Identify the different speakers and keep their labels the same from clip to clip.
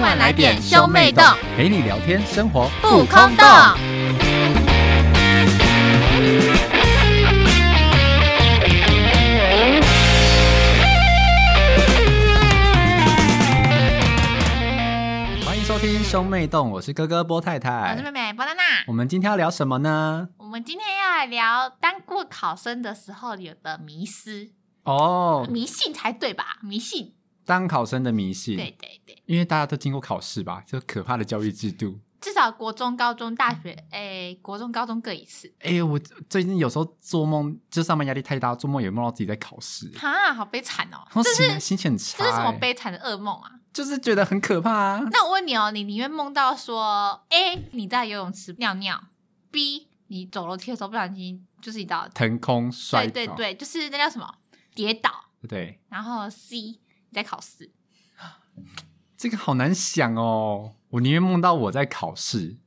Speaker 1: 快来点兄妹洞，
Speaker 2: 陪你聊天，生活
Speaker 1: 不空洞。
Speaker 2: 欢迎收听兄妹洞，我是哥哥波太
Speaker 1: 我是妹
Speaker 2: 太。
Speaker 1: 妹波娜娜。
Speaker 2: 我们今天要聊什么呢？
Speaker 1: 我们今天要来聊当过考生的时候有的迷失、
Speaker 2: 哦，
Speaker 1: 迷信才对吧？迷信，
Speaker 2: 当考生的迷信。
Speaker 1: 对对对，
Speaker 2: 因为大家都经过考试吧，这可怕的教育制度。
Speaker 1: 至少国中、高中、大学，诶，国中、高中各一次。
Speaker 2: 哎、我最近有时候做梦，就上班压力太大，做梦也梦到自己在考试，
Speaker 1: 哈，好悲惨哦！
Speaker 2: 然后
Speaker 1: 这
Speaker 2: 醒来
Speaker 1: 是
Speaker 2: 心情很差、
Speaker 1: 这是什么
Speaker 2: 哎
Speaker 1: 悲惨的噩梦啊？
Speaker 2: 就是觉得很可怕啊。
Speaker 1: 那我问你哦，你宁愿梦到说，A 你在游泳池尿尿，B 你走楼梯的时候不小心就是你到，
Speaker 2: 腾空摔
Speaker 1: 对
Speaker 2: 倒，
Speaker 1: 对对，就是那叫什么跌倒，
Speaker 2: 对
Speaker 1: 然后 C 你在考试，
Speaker 2: 这个好难想哦。我宁愿梦到我在考试，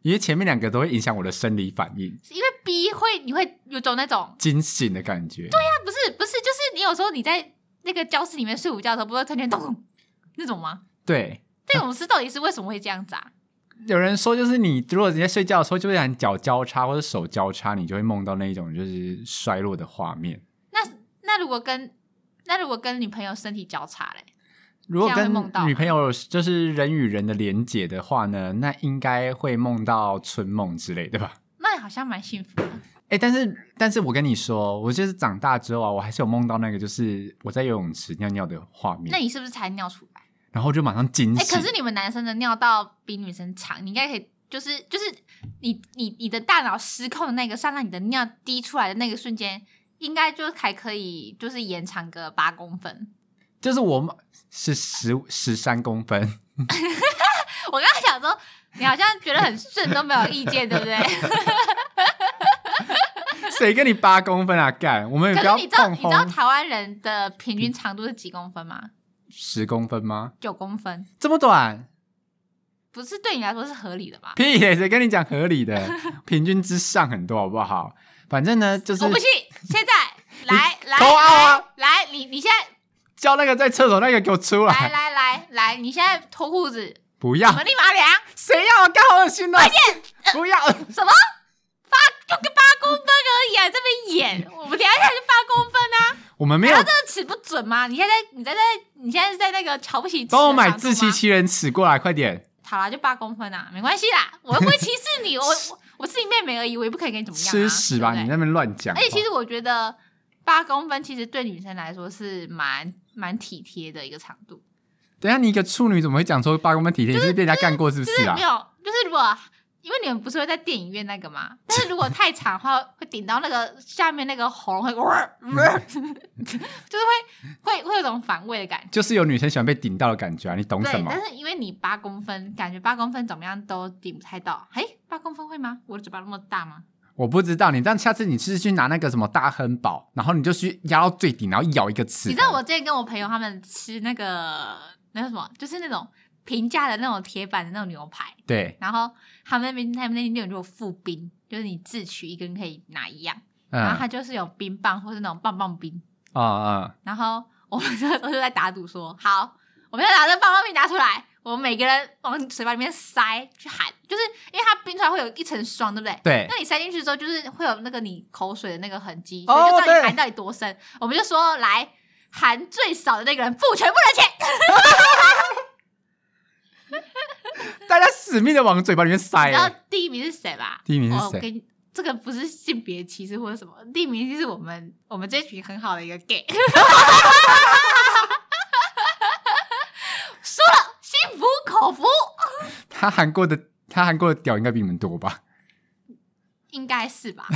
Speaker 2: 因为前面两个都会影响我的生理反应，
Speaker 1: 是因为 B 会你会有种那种，
Speaker 2: 惊醒的感觉。对呀、啊
Speaker 1: 那不是不是，就是你有时候你在那个教室里面睡午觉的时候，不会突然间咚那种吗？
Speaker 2: 对。
Speaker 1: 这种事到底是为什么会这样子啊？
Speaker 2: 有人说，就是你如果你在睡觉的时候，就会喊脚交叉或者手交叉，你就会梦到那一种就是衰落的画面。
Speaker 1: 那那如果跟那如果跟女朋友身体交叉嘞，
Speaker 2: 如果
Speaker 1: 这样
Speaker 2: 跟
Speaker 1: 会梦到吗
Speaker 2: 女朋友就是人与人的连结的话呢，那应该会梦到春梦之类的吧？
Speaker 1: 那好像蛮幸福的。
Speaker 2: 哎、但是但是我跟你说，我就是长大之后啊，我还是有梦到那个就是我在游泳池尿尿的画
Speaker 1: 那
Speaker 2: 面，
Speaker 1: 你是不是才尿出来？
Speaker 2: 然后就马上惊
Speaker 1: 哎、
Speaker 2: 醒。
Speaker 1: 可是你们男生的尿道比女生长，你应该可以，就是就是你你你的大脑失控的那个刹那，你的尿滴出来的那个瞬间，应该就还可以，就是延长个八公分。
Speaker 2: 就是我是十十三公分，
Speaker 1: 我刚刚想说，你好像觉得很顺，都没有意见，对不 对？
Speaker 2: 谁跟你八公分啊？干，我们也
Speaker 1: 可
Speaker 2: 不要
Speaker 1: 是你知道
Speaker 2: 碰
Speaker 1: 你知道
Speaker 2: 轰
Speaker 1: 台湾人的平均长度是几公分吗？
Speaker 2: 十公分吗？
Speaker 1: 九公分，
Speaker 2: 这么短？
Speaker 1: 不是对你来说是合理的吧？
Speaker 2: 屁嘞！谁跟你讲合理 的？平均之上很多，好不好？反正呢，就是
Speaker 1: 我不信，现在来来
Speaker 2: 头啊
Speaker 1: 来来，你你现在
Speaker 2: 叫那个在厕所那个给我出
Speaker 1: 来
Speaker 2: 来，啊
Speaker 1: 来来来，你现在脱裤子，
Speaker 2: 不
Speaker 1: 我
Speaker 2: 要！
Speaker 1: 们立马量。
Speaker 2: 谁要啊？干好恶心的！不要！
Speaker 1: 什么？八就个八公分而已啊！这边演，我们等一下就是八公分啊！
Speaker 2: 我们没有
Speaker 1: 难道这个尺不准吗？你现在你在在你现在是在那个瞧不起尺的
Speaker 2: 帮我买
Speaker 1: 长度
Speaker 2: 自欺
Speaker 1: 吗。
Speaker 2: 欺人尺过来，快点！
Speaker 1: 好啦，就八公分啊，没关系 啦，我又不会歧视你，我我我是你妹妹而已，我也不可以跟你怎 么样、啊。
Speaker 2: 吃屎吧！
Speaker 1: 对
Speaker 2: 你
Speaker 1: 不
Speaker 2: 在那边乱讲。
Speaker 1: 对而且其实我觉得八公分其实对女生来说是蛮蛮体贴的一个长度，
Speaker 2: 等一下你一个处女怎么会讲说八公分体贴？你是被人家干过是不
Speaker 1: 就是
Speaker 2: 是啊
Speaker 1: 没？有，就是如果。因为你们不是会在电影院那个 吗？但是如果太长的话，会顶到那个下面那个喉 咙会就是会会会有种反胃的感觉。
Speaker 2: 就是有女生喜欢被顶到的感觉啊！你懂什
Speaker 1: 对，
Speaker 2: 么
Speaker 1: 但？是因为你八公分，感觉八公分怎么样都顶不太到。嘿，八公分会吗？我的嘴巴那么大吗？
Speaker 2: 我不知道你，但下次你是去拿那个什么大亨堡，然后你就去压到最顶，然后咬一个齿。
Speaker 1: 你知道我之前跟我朋友他们吃那个那个什么，就是那种平价的那种铁板的那种牛排，
Speaker 2: 对，
Speaker 1: 然后他们那边他们那边有附冰，就是你自取一根可以拿一样，
Speaker 2: 嗯
Speaker 1: 然后
Speaker 2: 啊
Speaker 1: 它就是有冰棒或是那种棒棒冰，
Speaker 2: 啊，
Speaker 1: 然后我们那时候就在打赌说，好，我们要把这棒棒冰拿出来，我们每个人往嘴巴里面塞去喊，就是因为它冰出来会有一层霜，对不对？
Speaker 2: 对
Speaker 1: 那你塞进去之后，就是会有那个你口水的那个痕迹，
Speaker 2: 哦
Speaker 1: 所以就知道
Speaker 2: 对
Speaker 1: 你含到底多深。我们就说来含最少的那个人付全部的钱，
Speaker 2: 大家死命的往嘴巴里面塞
Speaker 1: 你知。道第一名是谁吧？
Speaker 2: 哎第一名是
Speaker 1: 哦我
Speaker 2: 谁
Speaker 1: 跟你这个不是性别歧视或者什么，第一名就是我们我们这群很好的一个 gay，输了心服口服，
Speaker 2: 他韩国的他韩国的屌应该比你们多吧？
Speaker 1: 应该是吧？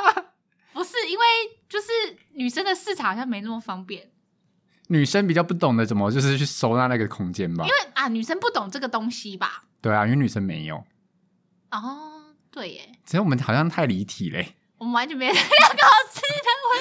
Speaker 1: 不是因为就是女生的市场好像没那么方便，
Speaker 2: 女生比较不懂得怎么就是去收纳那个空间吧
Speaker 1: 因？为啊女生不懂这个东西吧？
Speaker 2: 对啊，因为女生没有。
Speaker 1: 哦，对耶，
Speaker 2: 只是我们好像太离题嘞。
Speaker 1: 我们完全没 要搞事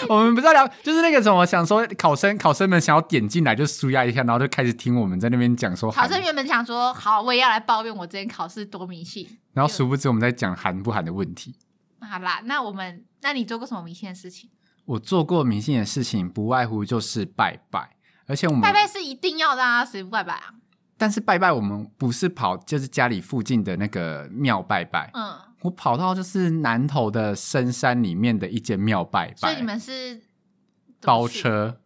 Speaker 2: 我们不是要聊，就是那个什么，想说考生考生们想要点进来就舒压一下，然后就开始听我们在那边讲说
Speaker 1: 考
Speaker 2: 韩，
Speaker 1: 生原本想说好，我也要来抱怨我之前考试多迷信。
Speaker 2: 然后殊不知我们在讲韩不韩的问题。
Speaker 1: 好啦，那我们那你做过什么迷信的事情？
Speaker 2: 我做过迷信的事情，不外乎就是拜拜，而且我们
Speaker 1: 拜拜是一定要的啊，谁不拜拜啊？
Speaker 2: 但是拜拜，我们不是跑就是家里附近的那个庙拜拜，
Speaker 1: 嗯，
Speaker 2: 我跑到就是南投的深山里面的一间庙拜拜，
Speaker 1: 所以你们是怎么
Speaker 2: 包
Speaker 1: 去
Speaker 2: 车。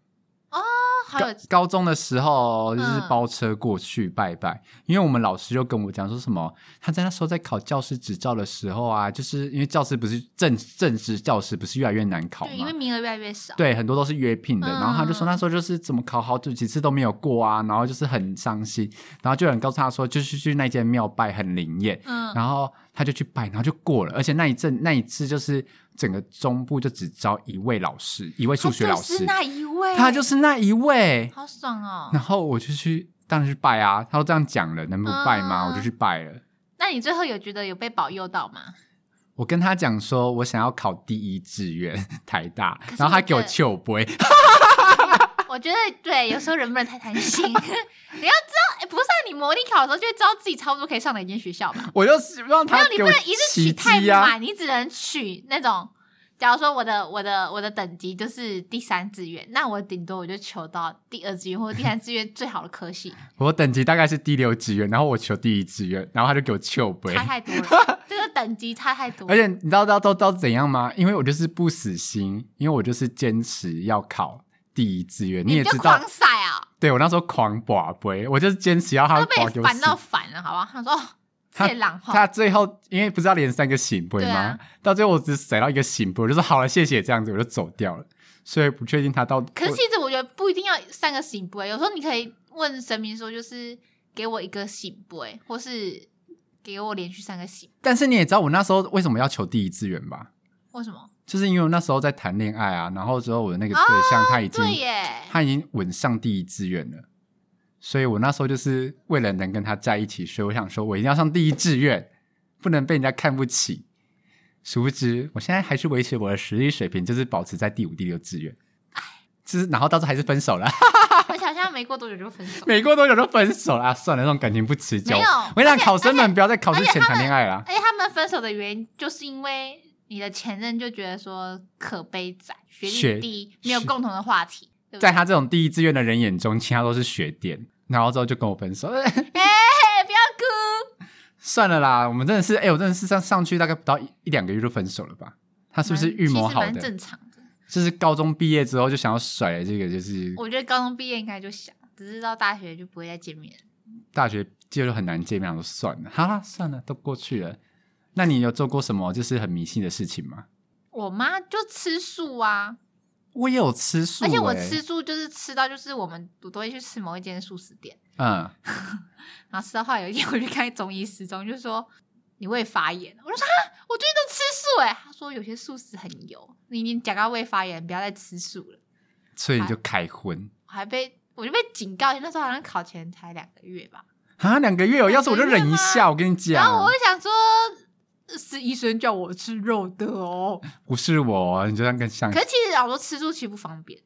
Speaker 1: 哦，好
Speaker 2: 高
Speaker 1: 有
Speaker 2: 高中的时候就是
Speaker 1: 嗯
Speaker 2: 包车过去拜拜，因为我们老师就跟我讲说什么，他在那时候在考教师执照的时候啊，就是因为教师不是正正职教师不是越来越难考
Speaker 1: 对，因为
Speaker 2: 吗？
Speaker 1: 名额越来越少，
Speaker 2: 对，很多都是约聘的，
Speaker 1: 嗯
Speaker 2: 然后他就说那时候就是怎么考好几次都没有过啊，然后就是很伤心，然后就有人告诉他说，就是去那间庙拜很灵验，
Speaker 1: 嗯，
Speaker 2: 然后他就去拜，然后就过了，而且那一阵那一次就是整个中部就只招一位老师，一位
Speaker 1: 他
Speaker 2: 数学
Speaker 1: 哦就
Speaker 2: 老
Speaker 1: 是
Speaker 2: 师，
Speaker 1: 那一位，
Speaker 2: 他就是那一位，
Speaker 1: 好爽哦。
Speaker 2: 然后我就去，当然去拜啊。他都这样讲了，能不拜吗？
Speaker 1: 嗯
Speaker 2: 我就去拜了。
Speaker 1: 那你最后有觉得有被保佑到吗？
Speaker 2: 我跟他讲说，我想要考第一志愿 台大
Speaker 1: 可，是
Speaker 2: 然后他
Speaker 1: 我觉得
Speaker 2: 给我求杯，
Speaker 1: 我觉得对，有时候人不能太贪心， 你要知道，哎不是啊你模拟考的时候就会知道自己差不多可以上哪一间学校嘛。
Speaker 2: 我就希望
Speaker 1: 没
Speaker 2: 他
Speaker 1: 有，你
Speaker 2: 给
Speaker 1: 不
Speaker 2: 我
Speaker 1: 能一次取
Speaker 2: 奇
Speaker 1: 太
Speaker 2: 迹
Speaker 1: 满，
Speaker 2: 啊！
Speaker 1: 你只能取那种。假如说我的我的我的等级就是第三志愿，那我顶多我就求到第二志愿或者第三志愿最好的科 系，
Speaker 2: 我等级大概是第六志愿，然后我求第一志愿，然后他就给我求杯。
Speaker 1: 差太多 了，这个等级差太多了。
Speaker 2: 而且你知道到到到怎样吗？因为我就是不死心，因为我就是坚持要考第一志愿。你
Speaker 1: 你
Speaker 2: 也
Speaker 1: 就
Speaker 2: 知道
Speaker 1: 狂，晒啊，
Speaker 2: 对我那时候狂拔杯，我就是坚持要他
Speaker 1: 他
Speaker 2: 拔
Speaker 1: 被
Speaker 2: 给
Speaker 1: 你
Speaker 2: 我
Speaker 1: 烦
Speaker 2: 死
Speaker 1: 到烦了，好不好？他说哦，
Speaker 2: 他
Speaker 1: 这狼哈，
Speaker 2: 他最后因为不知道连三个醒杯
Speaker 1: 对
Speaker 2: 吗？
Speaker 1: 啊
Speaker 2: 到最后我只甩到一个醒杯，我就说好了，谢谢这样子，我就走掉了。所以不确定他到
Speaker 1: 可是其实我觉得不一定要三个醒欸杯，有时候你可以问神明说，就是给我一个醒杯，或是给我连续三个醒。
Speaker 2: 但是你也知道我那时候为什么要求第一志愿吧？
Speaker 1: 为什么？
Speaker 2: 就是因为我那时候在谈恋爱啊，然后之后我的那个对象他已经、
Speaker 1: 哦对耶，
Speaker 2: 他已经吻上第一志愿了，所以我那时候就是为了能跟他在一起，所以我想说我一定要上第一志愿，不能被人家看不起。殊不知，我现在还是维持我的实力水平，就是保持在第五、第六志愿。就是，然后到时候还是分手了。。
Speaker 1: 而且好像没过多久就分手
Speaker 2: 没过多久就分手啦、算了，那种感情不持久。
Speaker 1: 没有
Speaker 2: 我跟你
Speaker 1: 而
Speaker 2: 讲，
Speaker 1: 且
Speaker 2: 考生啊
Speaker 1: 而
Speaker 2: 们
Speaker 1: 且
Speaker 2: 不要在考试
Speaker 1: 而且
Speaker 2: 前
Speaker 1: 他们
Speaker 2: 谈恋爱啦。
Speaker 1: 而且他们分手的原因，就是因为你的前任就觉得说可悲仔学历
Speaker 2: 学
Speaker 1: 低，没有
Speaker 2: 学
Speaker 1: 共同的话题，对不对
Speaker 2: 在？他这种第一志愿的人眼中，其他都是学点，然后之后就跟我分手。
Speaker 1: 哎，不要哭，
Speaker 2: 算了啦，我们真的是，哎、我真的是上上去大概不到一一两个月就分手了吧？他
Speaker 1: 他
Speaker 2: 是不是预谋好
Speaker 1: 蛮
Speaker 2: 的？
Speaker 1: 正常的。
Speaker 2: 就是高中毕业之后就想要甩了这个，就是
Speaker 1: 我觉得高中毕业应该就想，只是到大学就不会再见面了。
Speaker 2: 大学就很难见面，我说算了，好啦，算了，都过去了。那你有做过什么就是很迷信的事情吗？
Speaker 1: 我妈就吃素啊，
Speaker 2: 我也有吃素、
Speaker 1: 而且我
Speaker 2: 哎
Speaker 1: 吃，素就是吃到就是我们我都会去吃某一间素食店，
Speaker 2: 嗯，
Speaker 1: 然后吃到后来有一天 我去看中医师，中医就说你胃发炎，我就说啊，我最近都吃素哎、他说有些素食很油，你已经讲到胃发炎，不要再吃素了。
Speaker 2: 所以你就开荤
Speaker 1: 我还被我就被警告，那时候好像考前才两个月吧，
Speaker 2: 啊？两个月哦，要是我就忍一下，我跟你
Speaker 1: 然
Speaker 2: 讲
Speaker 1: 后，我会想说是医生叫我吃肉的哦，
Speaker 2: 不是我，你就这样跟像
Speaker 1: 可是其实老实说吃素其实不方便。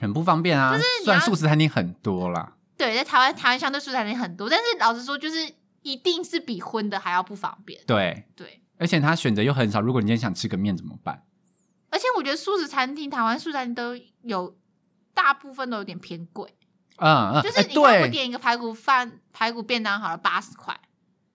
Speaker 2: 很不方便啊。
Speaker 1: 你
Speaker 2: 虽然
Speaker 1: 要
Speaker 2: 素食餐厅很多啦，
Speaker 1: 对，在台湾台湾相对素餐厅很多，但是老实说，就是一定是比荤的还要不方便。
Speaker 2: 对，
Speaker 1: 对，
Speaker 2: 而且他选择又很少。如果你今天想吃个面怎么办？
Speaker 1: 而且我觉得素食餐厅，台湾素餐厅都有大部分都有点偏贵，
Speaker 2: 嗯嗯，
Speaker 1: 就是
Speaker 2: 哎
Speaker 1: 你看我
Speaker 2: 对。
Speaker 1: 点一个排骨饭、排骨便当好了八十块，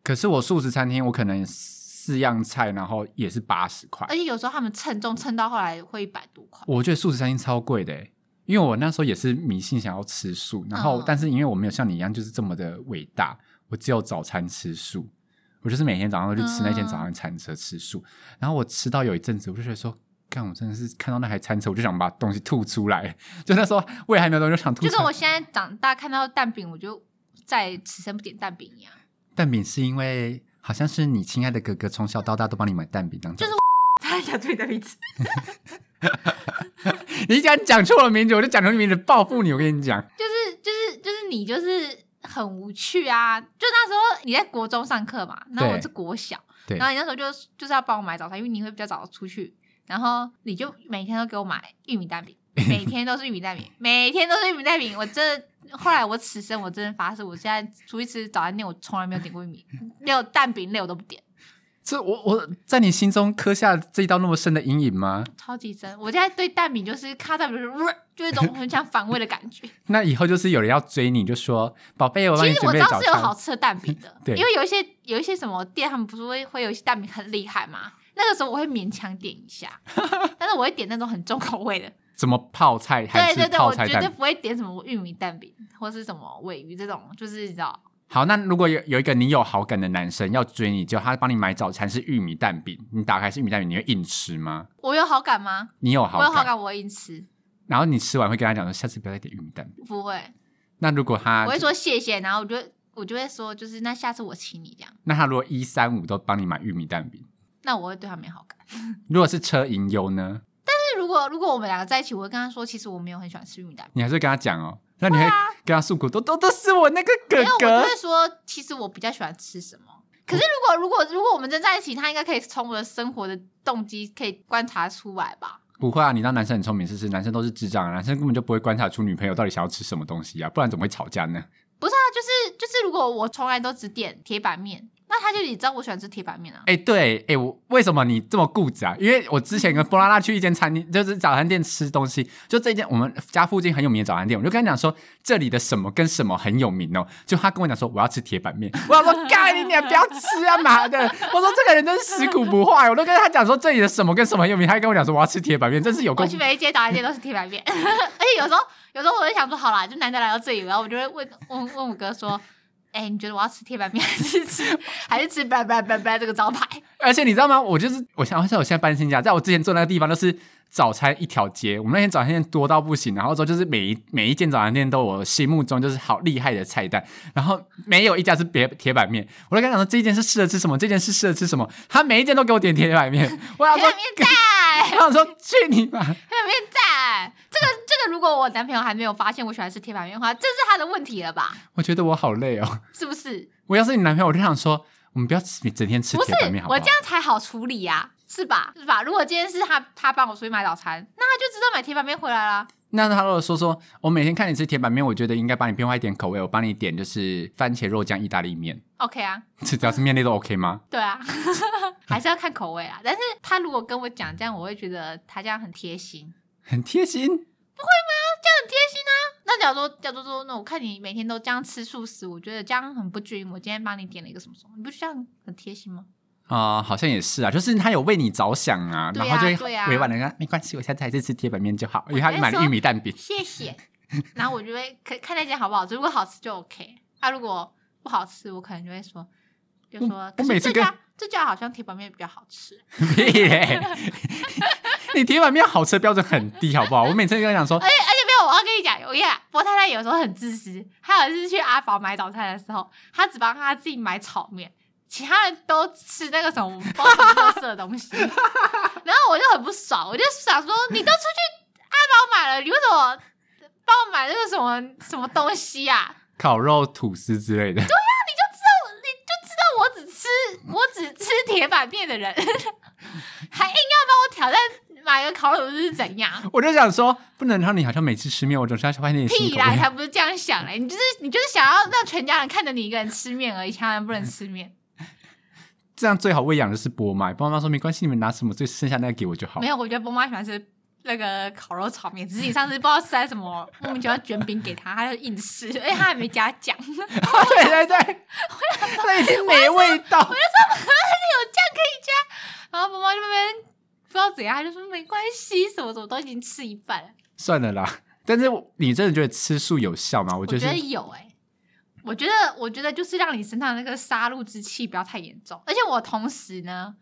Speaker 2: 可是我素食餐厅，我可能四样菜，然后也是八十块
Speaker 1: 而。且有时候他们称重称到后来会一百多块。
Speaker 2: 我觉得素食餐厅超贵的欸，因为我那时候也是迷信想要吃素，然后、
Speaker 1: 嗯
Speaker 2: 但是因为我没有像你一样就是这么的伟大，我只有早餐吃素，我就是每天早上都去吃那间
Speaker 1: 嗯
Speaker 2: 早上餐车吃素，然后我吃到有一阵子，我就觉得说。干！我真的是看到那台餐车，我就想把东西吐出来。 就那时候胃还没有东西，就想吐
Speaker 1: 就
Speaker 2: 出来。
Speaker 1: 跟我现在长大看到蛋饼，我就再此生不点蛋饼一样。
Speaker 2: 蛋饼是因为好像是你亲爱的哥哥从小到大都帮你买蛋饼当早餐，
Speaker 1: 他讲对的名字，
Speaker 2: 你讲讲错了名字，我就讲错名字报复你。我跟你讲，
Speaker 1: 就是就是就是你就是很无趣啊！就那时候你在国中上课嘛，然后我
Speaker 2: 对
Speaker 1: 是国小。
Speaker 2: 对
Speaker 1: 然，后你那时候就就是要帮我买早餐，因为你会比较早出去，然后你就每天都给我买玉米 蛋饼，每天都是玉米蛋饼，每天都是玉米蛋饼。我真的，后来我此生 我真的发誓，我现在出去吃早餐店，我从来没有点过玉米，没有蛋饼类我都不点。
Speaker 2: 这我我在你心中刻下这一道那么深的阴影吗？
Speaker 1: 超级深。我现在对蛋饼就是咔到，就是 呃就是一种很想反胃的感觉。
Speaker 2: 那以后就是有人要追你，就说宝贝，我帮
Speaker 1: 其
Speaker 2: 你
Speaker 1: 实我
Speaker 2: 准备
Speaker 1: 知
Speaker 2: 早
Speaker 1: 道是有
Speaker 2: 餐，
Speaker 1: 好。吃的蛋饼的
Speaker 2: 对
Speaker 1: 因为有一些有一些什么店，他们不是会会有一些蛋饼很厉害嘛？那个时候我会勉强点一 下，但是我会点那种很重口味的。
Speaker 2: 怎么泡菜还
Speaker 1: 对
Speaker 2: 是
Speaker 1: 对对，
Speaker 2: 泡
Speaker 1: 我
Speaker 2: 菜
Speaker 1: 绝
Speaker 2: 蛋
Speaker 1: 对
Speaker 2: 饼？
Speaker 1: 不会点什么玉米蛋饼或是什么尾鱼这种，就是你知道，
Speaker 2: 好，那如果有有一个你有好感的男生要追你，就他帮你买早餐是玉米蛋饼，你打开是玉米蛋饼，你会硬吃吗？
Speaker 1: 我有好感吗？
Speaker 2: 你有好
Speaker 1: 我有
Speaker 2: 感，
Speaker 1: 好感，我会硬吃，
Speaker 2: 然后你吃完会跟他讲说，下次不要再点玉米蛋饼。
Speaker 1: 不会，
Speaker 2: 那如果他
Speaker 1: 我会说谢谢，然后我就我就会说，就是那下次我请你这样，
Speaker 2: 那他如果一三五都帮你买玉米蛋饼，
Speaker 1: 那我会对他没好感。
Speaker 2: 如果是车银优呢？
Speaker 1: 但是如果如果我们两个在一起，我会跟他说，其实我没有很喜欢吃玉米蛋饼。
Speaker 2: 你还是会跟他讲哦，那你会跟他诉苦，都都都是我那个哥
Speaker 1: 啊没有，我
Speaker 2: 哥
Speaker 1: 就会。说，其实我比较喜欢吃什么。可是如果如果如果我们真在一起，他应该可以从我的生活的动机可以观察出来吧？
Speaker 2: 不会啊，你当男生很聪明，是不是？男生都是智障啊，男生根本就不会观察出女朋友到底想要吃什么东西啊，不然怎么会吵架呢？
Speaker 1: 不是啊，就是就是，如果我从来都只点铁板面，那他就也知道我喜欢吃铁板面啊。
Speaker 2: 哎、对，哎、我为什么你这么固执啊？因为我之前跟波拉拉去一间餐厅，就是早餐店吃东西，就这一间我们家附近很有名的早餐店，我就跟他讲说这里的什么跟什么很有名哦，就他跟我讲说我要吃铁板面，我想说干你娘不要吃啊妈的！我说这个人真是食古不化欸，我都跟他讲说这里的什么跟什么很有名，他还跟我讲说我要吃铁板面，真是有够
Speaker 1: 我去每一间早餐店都是铁板面， 而且有时候有时候我会想说，好啦，就难得来到这里，然后我就会问问问我哥说， 哎、你觉得我要吃铁板面还是吃还是吃 blah blah blah blah 这个招牌？
Speaker 2: 而且你知道吗？我就是我想，像我现在搬新家，在我之前住的那个地方都是早餐一条街。我们那天早餐店多到不行，然后之后就是每一每一间早餐店都有我心目中就是好厉害的菜单，然后没有一家是别铁板面。我就跟他讲说，这一间是适合吃什么，这一间是适合吃什么，他每一间都给我点铁板面。我想
Speaker 1: 铁
Speaker 2: 说
Speaker 1: 板，面在。
Speaker 2: 我想说去你妈！
Speaker 1: 铁板面赞， 这个这个，如果我男朋友还没有发现我喜欢吃铁板面的话，这是他的问题了吧？
Speaker 2: 我觉得我好累哦。
Speaker 1: 是不是？
Speaker 2: 我要是你男朋友，我就想说，我们不要吃你整天吃
Speaker 1: 不是
Speaker 2: 铁板面，好不
Speaker 1: 我
Speaker 2: 好
Speaker 1: 这？样才好处理呀、是吧？是吧？如果今天是他他帮我出去买早餐，那他就知道买铁板面回来啦。
Speaker 2: 那他如果说说，我每天看你吃铁板面，我觉得应该帮你变化一点口味，我帮你点就是番茄肉酱意大利面，
Speaker 1: OK 啊，
Speaker 2: 只只要是面类都 OK 吗？
Speaker 1: 对啊，还是要看口味啊。但是他如果跟我讲这样，我会觉得他这样 很贴心，
Speaker 2: 很贴心，
Speaker 1: 这样很贴心啊。那假如说，假如说，那我看你每天都这样吃素食，我觉得这样很不均匀。我今天帮你点了一个什么什么，你不觉得这样很贴心吗？
Speaker 2: 啊、好像也是啊，就是他有为你着想啊，
Speaker 1: 对啊
Speaker 2: 然后就
Speaker 1: 对
Speaker 2: 会
Speaker 1: 啊
Speaker 2: 委婉的跟他没关系，我下次还是吃铁板面就好，因为他
Speaker 1: 我还
Speaker 2: 买了
Speaker 1: 说
Speaker 2: 玉米蛋饼。
Speaker 1: 谢谢。然后我就会看看那间好不好吃，如果好吃就 OK，啊，如果不好吃，我可能就会说，就说，可
Speaker 2: 嗯我每
Speaker 1: 是
Speaker 2: 次
Speaker 1: 这
Speaker 2: 跟
Speaker 1: 家这家好像铁板面比较好吃，
Speaker 2: 屁嘞你铁板面好吃的标准很低，好不好？我每次跟他讲说
Speaker 1: 而且而，且没有，我要跟你讲，我跟你讲，波太太有时候很自私，她有一次去阿宝买早餐的时候，她只帮她自己买炒面。其他人都吃那个什么包特色的东 西，然后我就很不爽，我就想说，你都出去阿宝买了，你为什么帮我买那个什么什么东西啊？
Speaker 2: 烤肉、吐司之类
Speaker 1: 你
Speaker 2: 的，
Speaker 1: 就知道我只吃我只吃铁板面的人，还硬 要帮我挑战买个烤乳是怎样？
Speaker 2: 我就想说，不能让你好像每次吃面，我总是要换一点新
Speaker 1: 屁
Speaker 2: 口
Speaker 1: 啦，
Speaker 2: 味。
Speaker 1: 才不是这样想嘞！你就是你就是想要让全家人看着你一个人吃面而已，其他人不能吃面。
Speaker 2: 这样最好喂养的是波妈，波妈说没关系，你们拿什么，最剩下那个给我就好
Speaker 1: 没。有，我觉得波妈喜欢吃那个烤肉炒面，只是你上次不知道塞什么莫名其妙卷饼给她，她就硬吃，而且她还没加酱， 有酱
Speaker 2: 啊，对 对 对，那已经没味道。
Speaker 1: 可以加。然后波妈就那边不知道怎样，她就说没关系，什么什么都已经吃一半了。
Speaker 2: 算了啦， 但是我你真的觉得吃素有效吗？我
Speaker 1: 我
Speaker 2: 就
Speaker 1: 觉
Speaker 2: 是
Speaker 1: 得有哎、我觉得我觉得就是让你身上的那个杀戮之气不要太严重，而且我同时呢，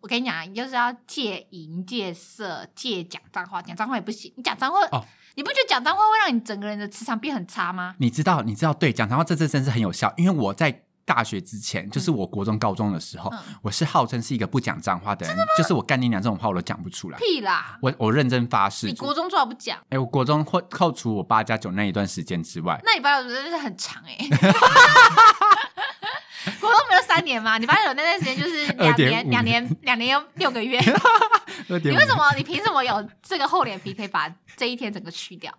Speaker 1: 我跟你讲啊，你就是要戒淫、戒色、戒讲脏话，讲脏话也不行，你讲脏话，
Speaker 2: 哦
Speaker 1: 你不觉得讲脏话会让你整个人的磁场变很差吗？
Speaker 2: 你知道，你知道，对，讲长话这这真是很有效，因为我在。大学之前，就是我国中、高中的时候，
Speaker 1: 嗯
Speaker 2: 我是号称是一个不讲脏话的人，就是我干你娘这种话我都讲不出来。
Speaker 1: 屁啦！
Speaker 2: 我我认真发誓，
Speaker 1: 你
Speaker 2: 就
Speaker 1: 国中最好不讲，
Speaker 2: 哎、我国中或扣除我八加九那一段时间之外，
Speaker 1: 那你八九真的是很长 哎、国中不是三年吗？你八九那段时间就是 两年、
Speaker 2: 2.5
Speaker 1: 两年、两年又六个月，
Speaker 2: 二
Speaker 1: 你
Speaker 2: 点
Speaker 1: 为什么？你凭什么有这个厚脸皮可以把这一天整个去掉？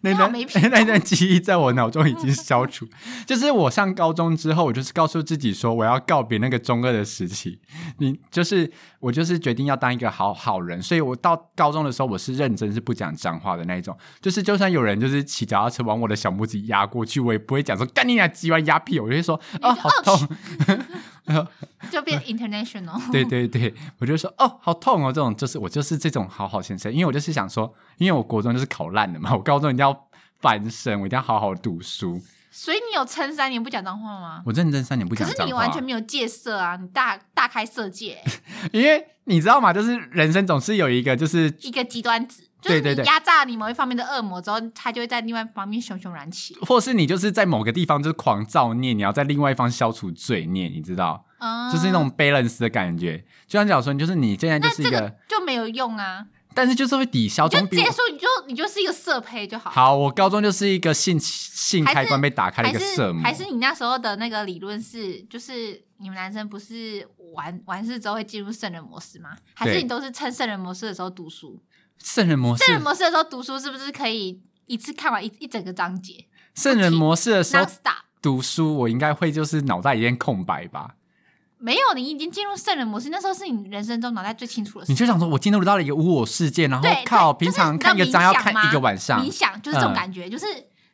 Speaker 2: 那
Speaker 1: 你好
Speaker 2: 段
Speaker 1: 没品哦
Speaker 2: 那段记忆在我脑中已经消除。 就是我上高中之后，我就是告诉自己说，我要告别那个中二的时期。你就是我，就是决定要当一个好好人。所以我到高中的时候，我是认真是不讲脏话的那一种。就是就算有人就是骑脚踏车往我的小拇指压过去，我也不会讲说干你俩鸡巴压屁，我就会说
Speaker 1: 就
Speaker 2: 哦好痛。
Speaker 1: 就 变 international。
Speaker 2: 对对对，我就说哦，好痛哦！这种就是我就是这种好好先生，因为我就是想说，因为我国中就是考烂了嘛，我高中一定要翻身，我一定要好好读书。
Speaker 1: 所以你有撑三年不讲脏话吗？
Speaker 2: 我认真三年不
Speaker 1: 可
Speaker 2: 讲
Speaker 1: 是
Speaker 2: 脏
Speaker 1: 你
Speaker 2: 话
Speaker 1: 完，全没有戒色啊，你大大开色 戒、
Speaker 2: 因为你知道吗？就是人生总是有一个就是
Speaker 1: 一个极端子，就
Speaker 2: 对
Speaker 1: 是
Speaker 2: 对
Speaker 1: 你
Speaker 2: 对
Speaker 1: 压榨你某一方面的恶魔之后，他就会在另外一方面熊熊燃起。
Speaker 2: 或是你就是在某个地方就是狂造孽，你要在另外一方消除罪孽，你知道，
Speaker 1: 嗯，
Speaker 2: 就是那种 balance 的感觉。就像假如说，你就是你现在就
Speaker 1: 那
Speaker 2: 是
Speaker 1: 这
Speaker 2: 一个，
Speaker 1: 个就没有用啊，
Speaker 2: 但是就是会抵消，
Speaker 1: 你就
Speaker 2: 总
Speaker 1: 直
Speaker 2: 比
Speaker 1: 接
Speaker 2: 我
Speaker 1: 说你就你就是一个色胚就好。
Speaker 2: 好。我高中就是一个性性
Speaker 1: 还
Speaker 2: 开
Speaker 1: 是
Speaker 2: 关被打开的
Speaker 1: 还
Speaker 2: 一个色
Speaker 1: 是
Speaker 2: 魔，
Speaker 1: 还是你那时候的那个理论是，就是你们男生不是完完事之后会进入圣人模式吗？还是
Speaker 2: 对
Speaker 1: 你都是趁圣人模式的时候读书？
Speaker 2: 圣人模式
Speaker 1: 圣人模式的时候读书是不是可以一次看完一一整个章节
Speaker 2: 圣人模式的时候
Speaker 1: ？Non stop，
Speaker 2: 读书，我应该会就是脑袋一片空白吧？
Speaker 1: 没有，你已经进入圣人模式，那时候是你人生中脑袋最清楚的时
Speaker 2: 你
Speaker 1: 候。
Speaker 2: 就想说，我进入到了一个无我世界，然后
Speaker 1: 对，
Speaker 2: 靠，
Speaker 1: 对
Speaker 2: 平
Speaker 1: 就是
Speaker 2: 常
Speaker 1: 你知
Speaker 2: 看一
Speaker 1: 道
Speaker 2: 个章要
Speaker 1: 冥想
Speaker 2: 看
Speaker 1: 吗
Speaker 2: 一个晚上
Speaker 1: 冥，想就是这种
Speaker 2: 嗯
Speaker 1: 感觉，就是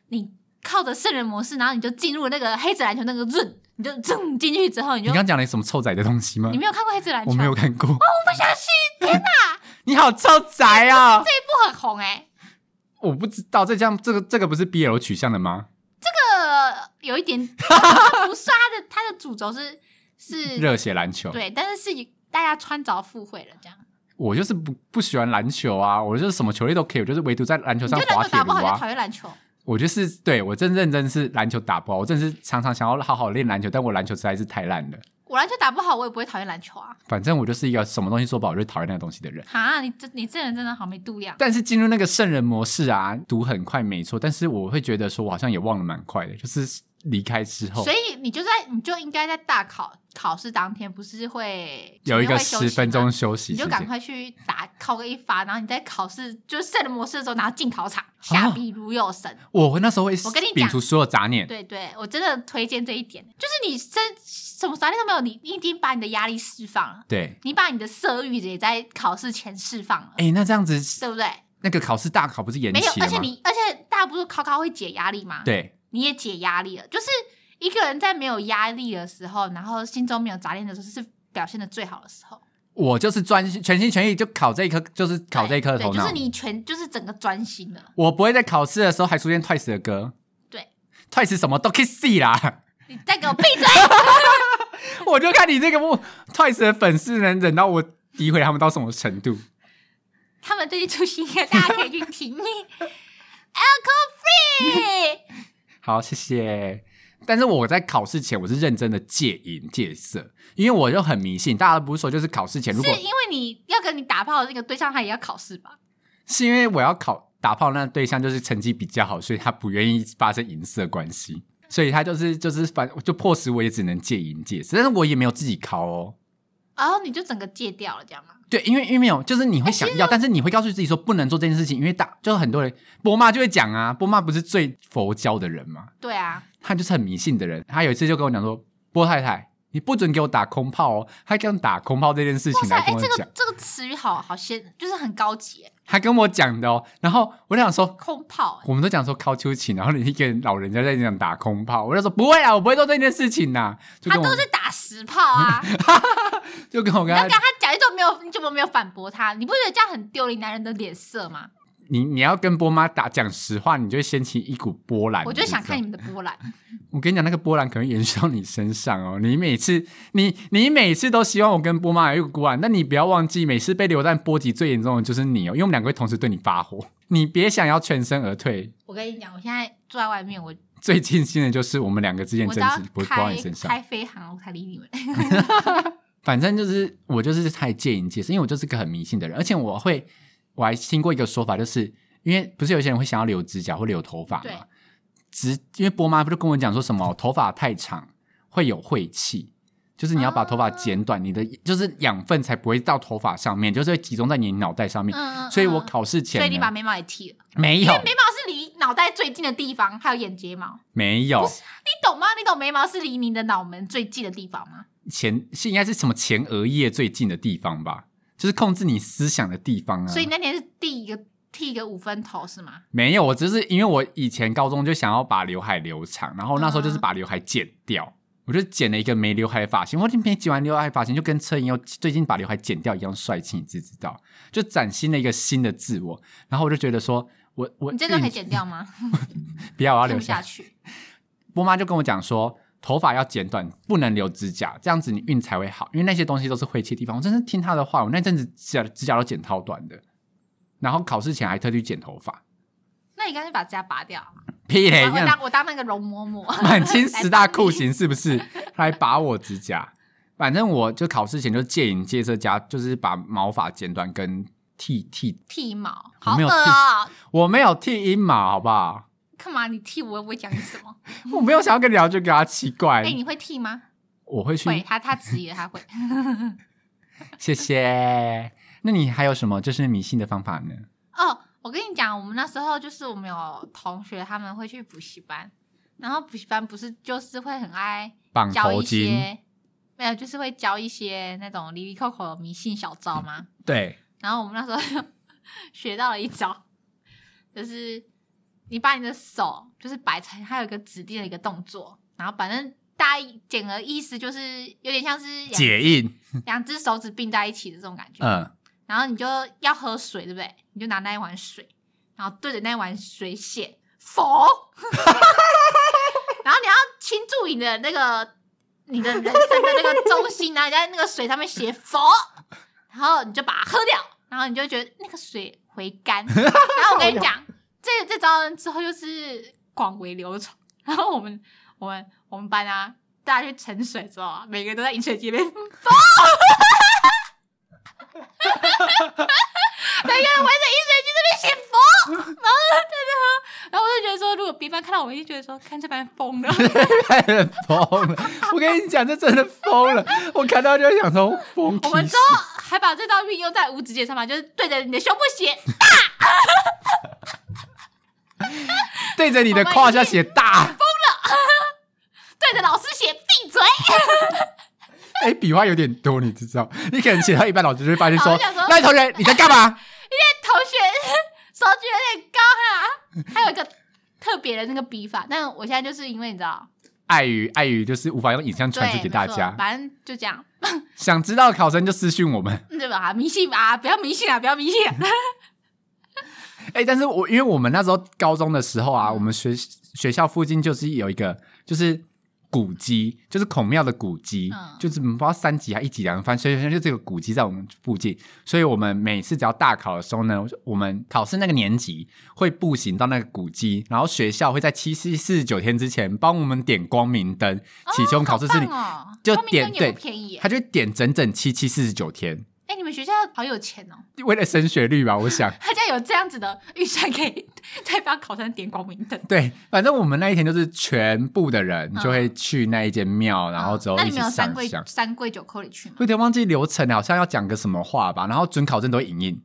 Speaker 1: 你靠着圣人模式，然后你就进入那个黑子篮球那个润，你就噌进去之后，你
Speaker 2: 你
Speaker 1: 就
Speaker 2: 刚刚讲了什么臭仔的东西吗
Speaker 1: 你？没有看过黑子篮球？
Speaker 2: 我没有看过，
Speaker 1: 我不相信，
Speaker 2: 你好臭仔啊！
Speaker 1: 不很红哎、
Speaker 2: 我不知道，这这样这个这个不是 BL 取向的吗？
Speaker 1: 呃，有一 点不是它的它的主轴是是，
Speaker 2: 热血篮球，
Speaker 1: 对，但是是大家穿着附会了这样，
Speaker 2: 我就是不不喜欢篮球啊，我就是什么球类都可以，我就是唯独在篮球
Speaker 1: 你
Speaker 2: 上
Speaker 1: 就篮
Speaker 2: 滑
Speaker 1: 球
Speaker 2: 铁
Speaker 1: 打不
Speaker 2: 卢
Speaker 1: 好就
Speaker 2: 啊。
Speaker 1: 讨厌篮球，
Speaker 2: 我就是对我真认真是篮球打不好，我真是常常想要好好练篮球，但我篮球实在是太烂了。
Speaker 1: 我篮球打不好我也不会讨厌篮球啊，
Speaker 2: 反正我就是一个什么东西做不好我就讨厌那个东西的人。
Speaker 1: 哈，你这你这人真的好没度量，
Speaker 2: 但是进入那个圣人模式啊，读很快没错，但是我会觉得说，我好像也忘了蛮快的，就是离开之后
Speaker 1: 所以你就在你就应该在大考考试当天不是会
Speaker 2: 有一
Speaker 1: 前面
Speaker 2: 个
Speaker 1: 会休息
Speaker 2: 十
Speaker 1: 吗
Speaker 2: 分钟休息
Speaker 1: 你
Speaker 2: 时
Speaker 1: 就赶
Speaker 2: 间。
Speaker 1: 快去打考个一发，然后你在考试就是圣人模式的时候，然后进考
Speaker 2: 哦
Speaker 1: 场，下笔如有神。
Speaker 2: 我那时候会
Speaker 1: 我跟你讲
Speaker 2: 摒除所有杂念，
Speaker 1: 对对，我真的推荐这一点，就是你真什么杂念都没有，你你已经把你的压力释放了，
Speaker 2: 对，
Speaker 1: 你把你的色欲也在考试前释放了，
Speaker 2: 哎、那这样子，
Speaker 1: 对不对？
Speaker 2: 那个考试大考不是延
Speaker 1: 没有
Speaker 2: 期，
Speaker 1: 而
Speaker 2: 了
Speaker 1: 且
Speaker 2: 吗？
Speaker 1: 你而且大家不是考考会解压力吗？，
Speaker 2: 对，
Speaker 1: 你也解压力了，就是一个人在没有压力的时候，然后心中没有杂念的时候，是表现的最好的时候。
Speaker 2: 我就是专心全心全意就考这一科，就是考这一科的
Speaker 1: 对
Speaker 2: 头
Speaker 1: 对就
Speaker 2: 脑。
Speaker 1: 是你全就是整个专心了。
Speaker 2: 我不会在考试的时候还出现 Twice 的歌。
Speaker 1: 对
Speaker 2: ，Twice 什么都可以 see 啦。
Speaker 1: 你再给我闭嘴！
Speaker 2: 我就看你这个不 Twice 的粉丝能忍到我诋毁他们到什么程度。
Speaker 1: 他们最近出新歌，大家可以去听。Alcohol free，
Speaker 2: 好，谢谢。但是我在考试前我是认真的戒淫戒色，因为我就很迷信。大家不是说就是考试前，如果
Speaker 1: 是因为你要跟你打炮的那个对象，他也要考试吧？
Speaker 2: 是因为我要考打炮那对象就是成绩比较好，所以他不愿意发生淫色关系，所以他就是就是反就迫使我也只能戒淫戒色，但是我也没有自己考哦。
Speaker 1: 然后你就整个戒掉了，这样吗？
Speaker 2: 对，因为因为没有，就是你会想
Speaker 1: 哎
Speaker 2: 要，但是你会告诉自己说不能做这件事情，因为大就是很多人波妈就会讲啊，波妈不是最佛教的人吗？
Speaker 1: 对啊，
Speaker 2: 他就是很迷信的人。他有一次就跟我讲说：“波太太，你不准给我打空炮哦。”他用打空炮这件事
Speaker 1: 哇
Speaker 2: 情
Speaker 1: 塞，
Speaker 2: 来
Speaker 1: 哎、
Speaker 2: 跟我
Speaker 1: 这
Speaker 2: 讲，
Speaker 1: 个这个词语好好先，就是很高级耶，
Speaker 2: 他跟我讲的哦。然后我就想说，
Speaker 1: 空炮耶。
Speaker 2: 我们都讲说靠秋情，然后你一个老人家在讲打空炮，我就说不会啊，我不会做这件事情呐、就
Speaker 1: 他
Speaker 2: 跟
Speaker 1: 都
Speaker 2: 我
Speaker 1: 是打实炮 啊！
Speaker 2: 就跟我
Speaker 1: 你
Speaker 2: 跟
Speaker 1: 要
Speaker 2: 他
Speaker 1: 跟，他讲，你怎么没有，你怎么没有反驳他？你不觉得这样很丢脸男人的脸色吗？
Speaker 2: 你你要跟波妈打讲实话，你就会掀起一股波澜。
Speaker 1: 我就想看
Speaker 2: 你
Speaker 1: 你
Speaker 2: 知道吗。
Speaker 1: 们的波澜。
Speaker 2: 我跟你讲，那个波澜可能延续到你身上哦。你每次你你每次都希望我跟波妈有一股波澜，但你不要忘记，每次被流弹波及最严重的就是你哦，因为我们两个会同时对你发火。你别想要全身而退。
Speaker 1: 我跟你讲，我现在坐在外面，我
Speaker 2: 最庆幸的就是我们两个之间
Speaker 1: 我
Speaker 2: 的
Speaker 1: 只
Speaker 2: 争
Speaker 1: 要
Speaker 2: 执不会波到
Speaker 1: 开
Speaker 2: 你身上。
Speaker 1: 开飞航，我才理你们。
Speaker 2: 反正就是我就是太戒淫戒色，因为我就是个很迷信的人，而且我会我还听过一个说法，就是因为不是有些人会想要留指甲或留头发
Speaker 1: 对
Speaker 2: 嘛，直因为波妈不就跟我讲说什么头发太长会有晦气，就是你要把头发剪
Speaker 1: 啊
Speaker 2: 短，你的就是养分才不会到头发上面，就是会集中在你脑袋上面。
Speaker 1: 嗯嗯
Speaker 2: 所以
Speaker 1: 嗯
Speaker 2: 我考试前
Speaker 1: 所以你
Speaker 2: 呢
Speaker 1: 把眉毛也剃了，
Speaker 2: 没
Speaker 1: 因
Speaker 2: 有
Speaker 1: 为眉毛是离脑脑袋最近的地方，还有眼睫毛，
Speaker 2: 没有
Speaker 1: 你懂吗？你懂眉毛是离你的脑门最近的地方吗？
Speaker 2: 前是应该是什么前额叶最近的地方吧，就是控制你思想的地方啊。
Speaker 1: 所以那天是第一个剃一个五分头是吗？
Speaker 2: 没有，我只是因为我以前高中就想要把刘海留长，然后那时候就是
Speaker 1: 嗯
Speaker 2: 把刘海剪掉，我就剪了一个没刘海的发型。我每剪完刘海发型，就跟车银优最近把刘海剪掉一样帅气，你知不知道？就崭新了一个新的自我。然后我就觉得说，我我
Speaker 1: 你这段可以
Speaker 2: 运
Speaker 1: 剪掉吗？
Speaker 2: 不要，我要
Speaker 1: 听
Speaker 2: 留
Speaker 1: 不
Speaker 2: 下
Speaker 1: 下。去。
Speaker 2: 波妈就跟我讲说，头发要剪短，不能留指甲，这样子你运才会好，因为那些东西都是晦气的地方。我真是听她的话，我那阵子指甲指甲都剪超短的，然后考试前还特地剪头发，
Speaker 1: 那你干脆把指甲拔掉，
Speaker 2: 屁嘞！
Speaker 1: 我
Speaker 2: 哎那
Speaker 1: 当我当那个容嬷 嬷。
Speaker 2: 满清十大酷刑是不是？他还拔我指甲，反正我就考试前就戒瘾戒色加，就是把毛发剪短跟剃剃，
Speaker 1: 剃毛，
Speaker 2: 我
Speaker 1: 好
Speaker 2: 没
Speaker 1: 恶
Speaker 2: 有剃
Speaker 1: 哦、
Speaker 2: 我没有剃阴毛，好不好？
Speaker 1: 干嘛？你剃我，我会讲你什么？
Speaker 2: 我没有想要跟你聊这个啊，奇怪，
Speaker 1: 哎、你会剃吗？
Speaker 2: 我会
Speaker 1: 会，
Speaker 2: 去，
Speaker 1: 他他质疑了，他会。
Speaker 2: 谢谢。那你还有什么就是迷信的方法呢？
Speaker 1: 哦，我跟你讲，我们那时候就是我们有同学他们会去补习班，然后补习班不是就是会很爱
Speaker 2: 绑
Speaker 1: 教
Speaker 2: 头
Speaker 1: 一
Speaker 2: 巾，
Speaker 1: 些，没有就是会教一些那种离离扣扣的迷信小招吗？
Speaker 2: 对，
Speaker 1: 然后我们那时候就 学到了一招，就是你把你的手就是摆成它有一个指定的一个动作，然后反正大意简而意思就是有点像是两
Speaker 2: 解印，
Speaker 1: 两只手指并在一起的这种感觉。
Speaker 2: 嗯，
Speaker 1: 然后你就要喝水，对不对？你就拿那一碗水，然后对着那一碗水写“佛”，然后你要倾注你的那个你的人生的那个中心，啊然后你在那个水上面写“佛”，然后你就把它喝掉，然后你就觉得那个水回甘。然后我跟你讲，这这招之后就是广为流传。然后我们我们我们班啊，大家去沉水之后啊，每个人都在饮水机里面 每个人围着饮水机这边写佛， 然后在那喝，然后我就觉得说，如果别班看到我，一定觉得说，看这班 疯了。
Speaker 2: 太疯了！我跟你讲，这真的疯了。我看到就想说疯。
Speaker 1: 我们之后还把这招运用在五指节上嘛，就是对着你的胸部写，
Speaker 2: 对着你的
Speaker 1: 我们
Speaker 2: 胯
Speaker 1: 一
Speaker 2: 下
Speaker 1: 定
Speaker 2: 写大，
Speaker 1: 对着老师写闭嘴。
Speaker 2: 哎、笔画有点多，你知道？你可能写到一半，老师就会发现
Speaker 1: 好
Speaker 2: 说
Speaker 1: 我想说：“
Speaker 2: 那位同学，你在干嘛
Speaker 1: 同学 手举有点高哈、还有一个特别的那个笔法，但我现在就是因为你知道，？”
Speaker 2: 碍于碍于就是无法用影像传输
Speaker 1: 对，
Speaker 2: 给大
Speaker 1: 没错
Speaker 2: 家，
Speaker 1: 反正就这样，嗯
Speaker 2: 想知道的考生就私讯我们。
Speaker 1: 对吧？迷信吧，不要迷信啊，不要迷信、啊。
Speaker 2: 哎、但是我因为我们那时候高中的时候啊，
Speaker 1: 嗯
Speaker 2: 我们学学校附近就是有一个就是古迹，就是孔庙的古迹，
Speaker 1: 嗯
Speaker 2: 就是不知道三级还一级两个，反正所以就这个古迹在我们附近，所以我们每次只要大考的时候呢，我就我们考试那个年级会步行到那个古迹，然后学校会在七七四十九天之前帮我们点光明灯，祈求我们考试顺利。
Speaker 1: 好棒哦，
Speaker 2: 就
Speaker 1: 光明
Speaker 2: 点
Speaker 1: 灯也
Speaker 2: 对
Speaker 1: 不便宜耶。
Speaker 2: 他就会点整整七七四十九天，
Speaker 1: 哎、你们学校好有钱哦。
Speaker 2: 为了升学率吧，我想。
Speaker 1: 他家有这样子的预算，可以再帮考生点光明灯。
Speaker 2: 对，反正我们那一天就是全部的人就会去那一间庙，然后之后
Speaker 1: 嗯那
Speaker 2: 一
Speaker 1: 你
Speaker 2: 起
Speaker 1: 们有三
Speaker 2: 上
Speaker 1: 跪
Speaker 2: 香。
Speaker 1: 三跪九叩里去吗？
Speaker 2: 有点忘记流程了，好像要讲个什么话吧，然后准考证都会影印，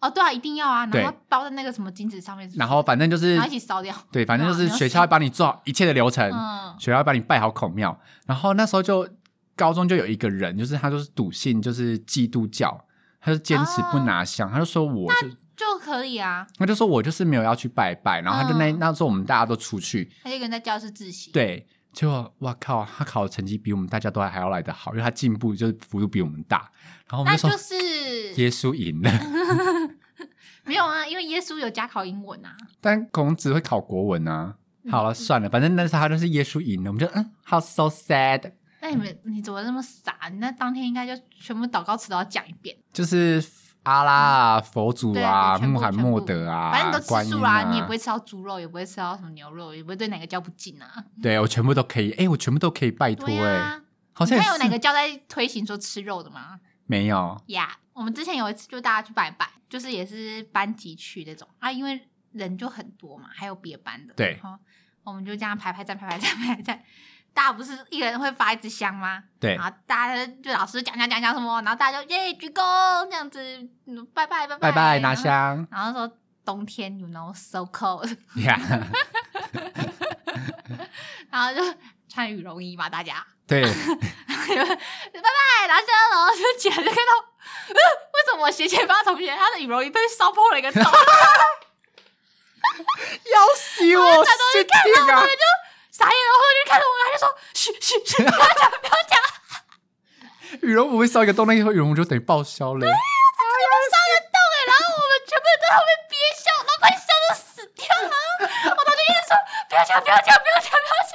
Speaker 1: 哦，对啊，一定要啊，
Speaker 2: 对
Speaker 1: 然后包在那个什么金纸上面是不是
Speaker 2: 然后反正就是
Speaker 1: 然后一起烧掉。
Speaker 2: 对，反正就
Speaker 1: 哇
Speaker 2: 是
Speaker 1: 你要
Speaker 2: 学校会帮你做好一切的流程，
Speaker 1: 嗯，
Speaker 2: 学校会帮你拜好孔庙。然后那时候就高中就有一个人，就是他就是笃信就是基督教，他就坚持
Speaker 1: 哦
Speaker 2: 不拿香，他就说我就
Speaker 1: 就可以啊。
Speaker 2: 他就说我就是没有要去拜拜，然后他就那、
Speaker 1: 嗯
Speaker 2: 那时候我们大家都出去，
Speaker 1: 他就跟在教室自习。，
Speaker 2: 对，结果哇靠，他考的成绩比我们大家都还要来得好，因为他进步就是幅度比我们大。然后我们
Speaker 1: 那
Speaker 2: 就说、
Speaker 1: 就是
Speaker 2: 耶稣赢了，
Speaker 1: 没有啊，因为耶稣有加考英文啊。
Speaker 2: 但孔子会考国文啊。
Speaker 1: 嗯
Speaker 2: 好了，算了，反正那时候他就是耶稣赢了，我们就嗯，好 so sad，
Speaker 1: 那你们你怎么那么傻？你那当天应该就全部祷告词都要讲一遍，
Speaker 2: 就是阿拉啊、佛祖
Speaker 1: 嗯对
Speaker 2: 啊、
Speaker 1: 全部
Speaker 2: 穆罕默德啊，
Speaker 1: 反正你都
Speaker 2: 观
Speaker 1: 吃
Speaker 2: 音
Speaker 1: 素啦，
Speaker 2: 啊，
Speaker 1: 你也不会吃到猪肉，也不会吃到什么牛肉，也不会对哪个教不敬啊。
Speaker 2: 对我全部都可以，哎、我全部都可以拜托、
Speaker 1: 对
Speaker 2: 哎、
Speaker 1: 啊，
Speaker 2: 好
Speaker 1: 你
Speaker 2: 像也
Speaker 1: 看有
Speaker 2: 是
Speaker 1: 哪个教在推行说吃肉的吗？
Speaker 2: 没有，
Speaker 1: 呀我们之前有一次就大家去拜拜，就是也是班级去那种啊，因为人就很多嘛，还有别班的，
Speaker 2: 对
Speaker 1: 哦，我们就这样排排站，排排站，排排站。大家不是一人会发一支香吗？
Speaker 2: 对
Speaker 1: 然，后大家就老师讲讲讲讲什么，然后大家就耶鞠躬这样子，嗯拜拜拜拜
Speaker 2: 拜拜拿。
Speaker 1: 然后
Speaker 2: 香，
Speaker 1: 然后说冬天，you know so cold，
Speaker 2: 呀，
Speaker 1: 然后就穿羽绒衣嘛，大家，
Speaker 2: 对，
Speaker 1: 拜拜，然后就然后就起来就看到，呃， 为什么我斜前方同学他的羽绒衣被烧破了一个洞？
Speaker 2: 要死我！啊
Speaker 1: 然
Speaker 2: 是这
Speaker 1: 后
Speaker 2: 个
Speaker 1: 我们就傻眼，然后就看着我们，他就说：“嘘嘘 嘘，不要讲，不要讲，
Speaker 2: 羽绒服会烧一个洞，那个羽绒服就等于报销嘞。
Speaker 1: 烧得动哎！”然后我们全部人都在后面憋笑，然后快笑到死掉了。我当时一直说：“不要讲，不要讲，不要讲，不要讲。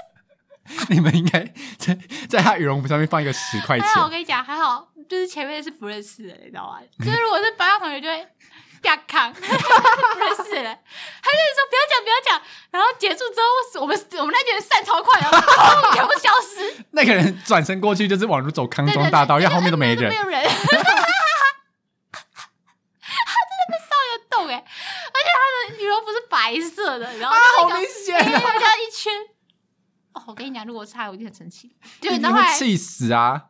Speaker 2: 你们应该在在他羽绒服上面放一个十”块钱
Speaker 1: 还，好我跟你讲，还好就是前面是不认识的，你知道 吗？就是如果是班上同学就会。啪康，不认识的人，他就一直说不要讲，不要讲。然后结束之后，我们我们那群人散超快，然后全部消失。
Speaker 2: 那个人转身过去就是往如走康
Speaker 1: 对对
Speaker 2: 庄
Speaker 1: 对
Speaker 2: 大道，
Speaker 1: 对
Speaker 2: 因为
Speaker 1: 对
Speaker 2: 后面都没
Speaker 1: 对
Speaker 2: 人
Speaker 1: 没。有人。 他真的被烧得动哎，而且他的羽绒服是白色的，然后
Speaker 2: 啊，
Speaker 1: 就是
Speaker 2: 好明
Speaker 1: 一个
Speaker 2: 显
Speaker 1: 黑
Speaker 2: 啊！
Speaker 1: 黑这样一圈。哦，我跟你讲，如果是他，我一定很生气。就你
Speaker 2: 一
Speaker 1: 知道
Speaker 2: 定
Speaker 1: 后来
Speaker 2: 会，气死啊！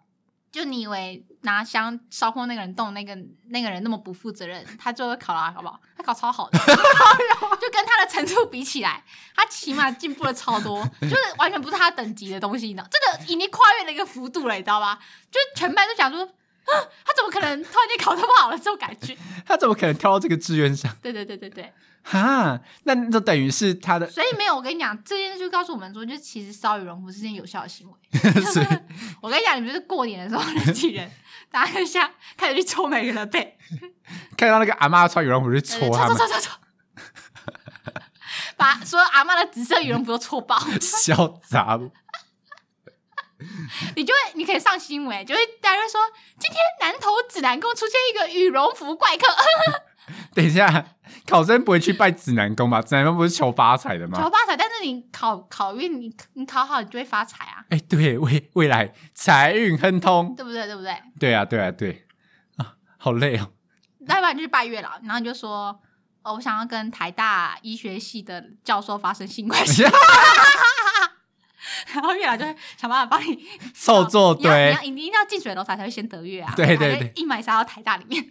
Speaker 1: 就你以为拿香烧过那个人洞，那个那个人那么不负责任，他最后考拉好不好？他考超好的，就跟他的程度比起来，他起码进步了超多，就是完全不是他等级的东西，你知道，这个已经跨越了一个幅度了，你知道吧？就是全班都想说，啊他怎么可能突然间考这么好了这种感觉？
Speaker 2: 他怎么可能跳到这个志愿上？
Speaker 1: 对对对对对，
Speaker 2: 哈，那就等于是他 的
Speaker 1: 所以没有，我跟你讲，这件事就告诉我们说，就是其实烧羽绒服是件有效的行为。
Speaker 2: 是
Speaker 1: 我跟你讲，你们就是过年的时候，人挤人，大家就像开始去抽每个人的背。
Speaker 2: 看到那个阿妈穿羽绒服去
Speaker 1: 对对
Speaker 2: 戳他们，
Speaker 1: 搓搓搓搓， 把所有阿妈的紫色羽绒服都搓 爆，
Speaker 2: 潇洒。
Speaker 1: 你就会你可以上新闻，就会大家会说今天南投指南宫出现一个羽绒服怪客，
Speaker 2: 等一下，考生不会去拜指南宫吧？指南宫不是求发财的吗
Speaker 1: 求？啊发财，但是你考考运你你考好你就会发财啊，
Speaker 2: 哎、对，未未来财运亨通。
Speaker 1: 对不对？对不对？
Speaker 2: 对啊，对啊，对啊，好累哦。
Speaker 1: 要不然就是拜月老，然后你就说哦，我想要跟台大医学系的教授发生性关 系，然后月老就会想办法帮你
Speaker 2: 臭作
Speaker 1: 你要哦你
Speaker 2: 堆
Speaker 1: 要，你一定要进水楼才才会先得月啊！
Speaker 2: 哦对对
Speaker 1: 才会硬埋杀到台大里面，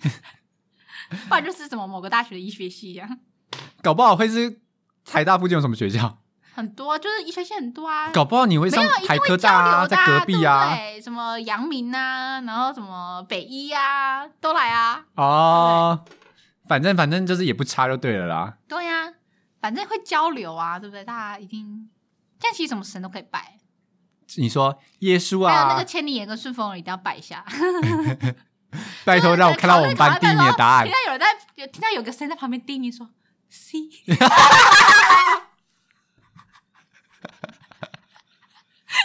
Speaker 1: 不然就是什么某个大学的医学系一啊样，
Speaker 2: 搞不好会是台大附近有什么学校？
Speaker 1: 很多就是医学系很多啊，
Speaker 2: 搞不好你会上
Speaker 1: 没有一
Speaker 2: 台
Speaker 1: 定
Speaker 2: 科
Speaker 1: 会
Speaker 2: 大
Speaker 1: 交
Speaker 2: 啊，
Speaker 1: 流的、
Speaker 2: 在
Speaker 1: 啊，
Speaker 2: 隔壁啊。
Speaker 1: 对不对？什么阳明啊，然后什么北医啊，都来啊，
Speaker 2: 哦，反正反正就是也不差就对了啦。
Speaker 1: 对呀、反正会交流啊，对不对？大家一定，但其实什么神都可以拜，
Speaker 2: 你说耶稣
Speaker 1: 还有那
Speaker 2: 啊
Speaker 1: 个，千里眼跟顺风耳一定要拜一下。
Speaker 2: 拜托让我看到我们班第一名的答案
Speaker 1: 听。到有人在有听到有个声在旁边叮 咛说 “C”，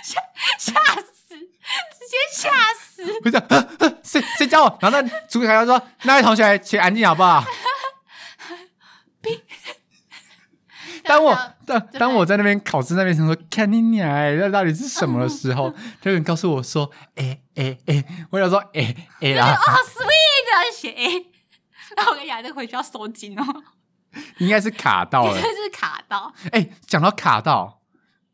Speaker 1: 吓吓死，直接吓死！
Speaker 2: 不是，呃呃谁谁教我？然后那主考官说：“那位同学，请安静好不好？” 当我当
Speaker 1: 对
Speaker 2: 当我在那边考试那边想说“看你娘、欸”，那到底是什么的时候， 就有人告诉我说：“哎哎哎！”我想说：“哎、哎、
Speaker 1: 然
Speaker 2: 啦，
Speaker 1: 后哦，sweet，然后就写 A，然后我跟雅就回去要收金哦，
Speaker 2: 应该是卡到
Speaker 1: 绝
Speaker 2: 了。
Speaker 1: 对是卡到。
Speaker 2: 哎、讲到卡到，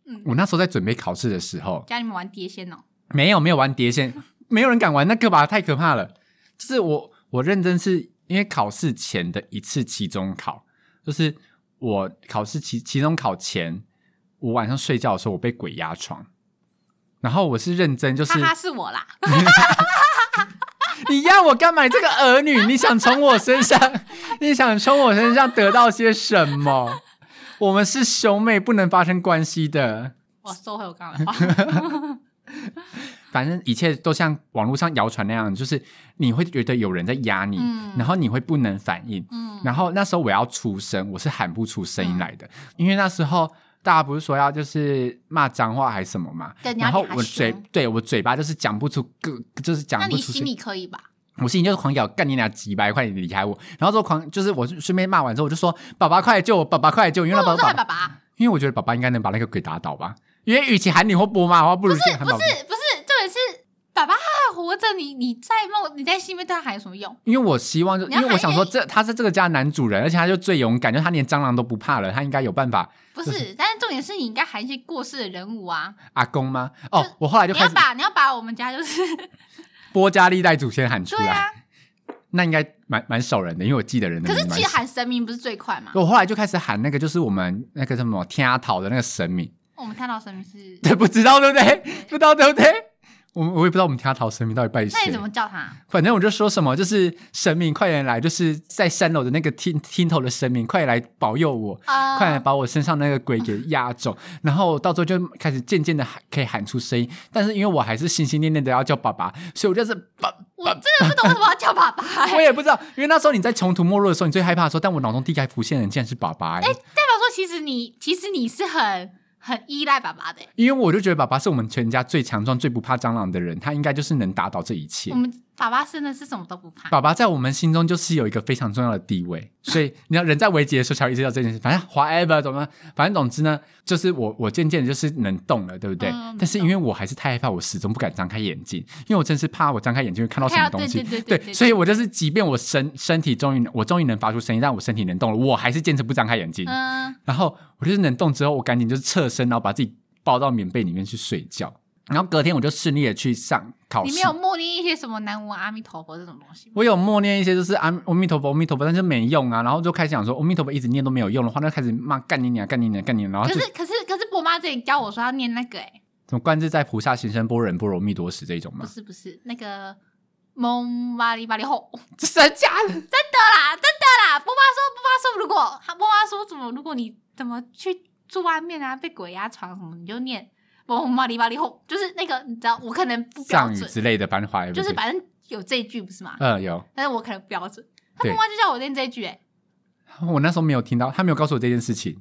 Speaker 1: 嗯
Speaker 2: 我那时候在准备考试的时候，
Speaker 1: 教你们玩碟仙哦，
Speaker 2: 没有没有玩碟仙，没有人敢玩那个吧？太可怕了！就是我我认真是因为考试前的一次期中考，就是我考试期期中考前，我晚上睡觉的时候我被鬼压床，然后我是认真就是
Speaker 1: 哈哈，是我啦，
Speaker 2: 你压我干嘛？你这个儿女，你想从我身上， 你想从我身上得到些什么？我们是兄妹，不能发生关系的。
Speaker 1: 我收回我刚刚的话。
Speaker 2: 反正一切都像网络上谣传那样，就是你会觉得有人在压你，
Speaker 1: 嗯
Speaker 2: 然后你会不能反应。
Speaker 1: 嗯，
Speaker 2: 然后那时候我要出声，我是喊不出声音来的，因为那时候大家不是说要就是骂脏话还是什么嘛，
Speaker 1: 对你要
Speaker 2: 然后
Speaker 1: 给他
Speaker 2: 我嘴
Speaker 1: 凶
Speaker 2: 对我嘴巴就是讲不出个，就是讲
Speaker 1: 那
Speaker 2: 不
Speaker 1: 你心
Speaker 2: 出声音。
Speaker 1: 里可以吧？
Speaker 2: 我心里就是狂咬，干你俩几百块，你离开我。然后之后狂就是我顺便骂完之后，我就说爸爸快来救我，爸爸快来救我，因为
Speaker 1: 为
Speaker 2: 那
Speaker 1: 什么都
Speaker 2: 爸爸
Speaker 1: 哎喊爸爸？
Speaker 2: 因为我觉得爸爸应该能把那个鬼打倒吧。因为与其喊你或波骂的话，不如先喊
Speaker 1: 不
Speaker 2: 爸爸。
Speaker 1: 是不是，重点是爸爸还活着，你你在梦你在心里面对他还有什么用？
Speaker 2: 因为我希望就，
Speaker 1: 你
Speaker 2: 因
Speaker 1: 要
Speaker 2: 为我想说这，他是这个家的男主人，而且他就最勇敢，就他连蟑螂都不怕了，他应该有办法。
Speaker 1: 不是，但是重点是你应该喊一些过世的人物啊！
Speaker 2: 阿公吗？哦，我后来就
Speaker 1: 你
Speaker 2: 开
Speaker 1: 要
Speaker 2: 始
Speaker 1: 把你要把我们家就是
Speaker 2: 波加历代祖先喊出
Speaker 1: 对
Speaker 2: 来。
Speaker 1: 啊，
Speaker 2: 那应该蛮蛮少人的，因为我记得人的
Speaker 1: 可
Speaker 2: 名
Speaker 1: 是
Speaker 2: 字蛮
Speaker 1: 其
Speaker 2: 少
Speaker 1: 实喊神明不是最快吗？
Speaker 2: 我后来就开始喊那个，就是我们那个什么天涯岛的那个神明，
Speaker 1: 我们看到神明是，
Speaker 2: 对， 不知道对不对？不知道对不对？我我也不知道我们天涯岛神明到底拜谁
Speaker 1: 那你。怎么叫他？
Speaker 2: 反正我就说什么，就是神明快点来，就是在三楼的那个厅厅头的神明，快来保佑我，
Speaker 1: 啊
Speaker 2: 快点把我身上那个鬼给压走。然后到最后就开始渐渐的可以喊出声音，但是因为我还是心心念念的要叫爸爸，所以我就是爸
Speaker 1: 我真的不懂为什么要叫爸爸、 欸。
Speaker 2: 我也不知道，因为那时候你在穷途末路的时候，你最害怕的时候，但我脑中第一个浮现的竟然是爸爸、欸。
Speaker 1: 代表说，其实你其实你是很很依赖爸爸的欸、
Speaker 2: 因为我就觉得爸爸是我们全家最强壮、最不怕蟑螂的人，他应该就是能打倒这一切
Speaker 1: 我。们爸爸真的是什么都不怕。
Speaker 2: 爸爸在我们心中就是有一个非常重要的地 位，所以你知道人在危急的时候才会意识到这件事。反正 whatever 怎么，反正总之呢，就是我我渐渐的就是能动了，对不对？
Speaker 1: 嗯能动
Speaker 2: 但是因为我还是太害怕，我始终不敢张开眼睛，因为我真是怕我张开眼睛会看到什么
Speaker 1: 看到
Speaker 2: 东
Speaker 1: 对
Speaker 2: 西。
Speaker 1: 对对对对对
Speaker 2: 所以我就是即便我身身体终于我终于能发出声音，但我身体能动了，我还是坚持不张开眼睛。
Speaker 1: 嗯，
Speaker 2: 然后我就是能动之后，我赶紧就是侧身，然后把自己抱到棉被里面去睡觉。然后隔天我就顺利的去上考
Speaker 1: 你
Speaker 2: 试
Speaker 1: 没。有默念一些什么南无阿弥陀佛这种东西吗？
Speaker 2: 我有默念一些就是阿阿弥陀佛，阿弥陀佛，但是没用啊。然后就开始想说，阿弥陀佛一直念都没有用的话，那就开始骂干你娘，干你娘，干你娘。然后
Speaker 1: 可
Speaker 2: 就是
Speaker 1: 可是可是波妈之前教我说要念那个、欸，
Speaker 2: 什么观自在菩萨行深般若波罗蜜多时这种
Speaker 1: 不
Speaker 2: 嘛，
Speaker 1: 是不是那个蒙巴里巴里吼，真
Speaker 2: 这真假的？
Speaker 1: 的啦真的啦，波妈说波妈说如果她波妈说怎么如果你怎么去住外面啊被鬼压床什么你就念蒙巴里巴里吼，就是那个你知道我可能不标
Speaker 2: 藏语
Speaker 1: 准，
Speaker 2: 之类的，反正华
Speaker 1: 就是反正有这一句不是吗？
Speaker 2: 嗯有。
Speaker 1: 但是我可能不标准。他
Speaker 2: 对
Speaker 1: 妈妈就叫我念这一句、欸，
Speaker 2: 哦我那时候没有听到，他没有告诉我这件事情。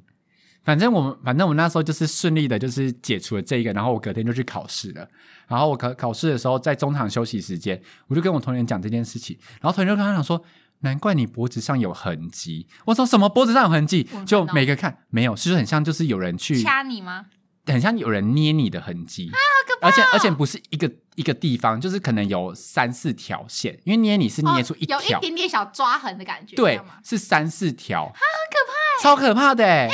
Speaker 2: 反正我们，反正我那时候就是顺利的，就是解除了这一个，然后我隔天就去考试了。然后我考考试的时候，在中场休息时间，我就跟我同学讲这件事情，然后同学就跟他讲说：“难怪你脖子上有痕迹。”我说：“什么脖子上有痕迹
Speaker 1: 我看？”
Speaker 2: 就
Speaker 1: 到
Speaker 2: 每个看没有，是很像就是有人去，
Speaker 1: 欸掐你吗？
Speaker 2: 很像有人捏你的痕迹，
Speaker 1: 可怕哦
Speaker 2: 而且而且不是一个一个地方，就是可能有三四条线，因为捏你是捏出一
Speaker 1: 哦、有
Speaker 2: 条，
Speaker 1: 一点点小抓痕的感觉，知
Speaker 2: 对
Speaker 1: 道吗，啊
Speaker 2: 是三四条，很可怕、超可怕的、欸。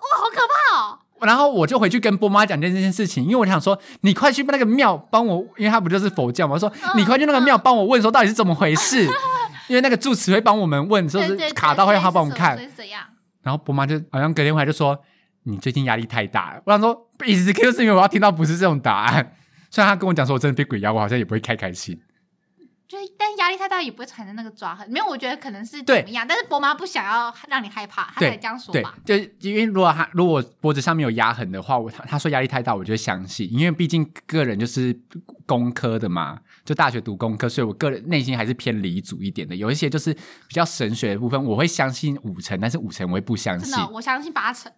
Speaker 1: 哇，好可怕哦！
Speaker 2: 然后我就回去跟波妈讲这件事情，因为我想说，你快去那个庙帮我，因为他不就是佛教嘛，我说
Speaker 1: 嗯
Speaker 2: 你快去那个庙帮我问说到底是怎么回事， 因为那个住持会帮我们问，说
Speaker 1: 对
Speaker 2: 是
Speaker 1: 对，
Speaker 2: 卡到会让他帮我们看
Speaker 1: 所。以是怎样？
Speaker 2: 然后波妈就好像隔天回来就说，你最近压力太大了。我想说，意思就是因为我要听到不是这种答案。虽然他跟我讲说我真的被鬼压，我好像也不会太开心。
Speaker 1: 就是，但压力太大也不会产生那个抓痕。没有，我觉得可能是怎
Speaker 2: 对
Speaker 1: 么样，但是伯妈不想要让你害怕，她才
Speaker 2: 对
Speaker 1: 这样说
Speaker 2: 对
Speaker 1: 吧。，
Speaker 2: 就是因为如果他如果脖子上面有压痕的话，我他他说压力太大，我就会相信，因为毕竟个人就是工科的嘛，就大学读工科，所以我个人内心还是偏理主一点的。有一些就是比较神学的部分，我会相信五成，但是五成我会不相
Speaker 1: 真
Speaker 2: 信
Speaker 1: 的，，哦我相信八成。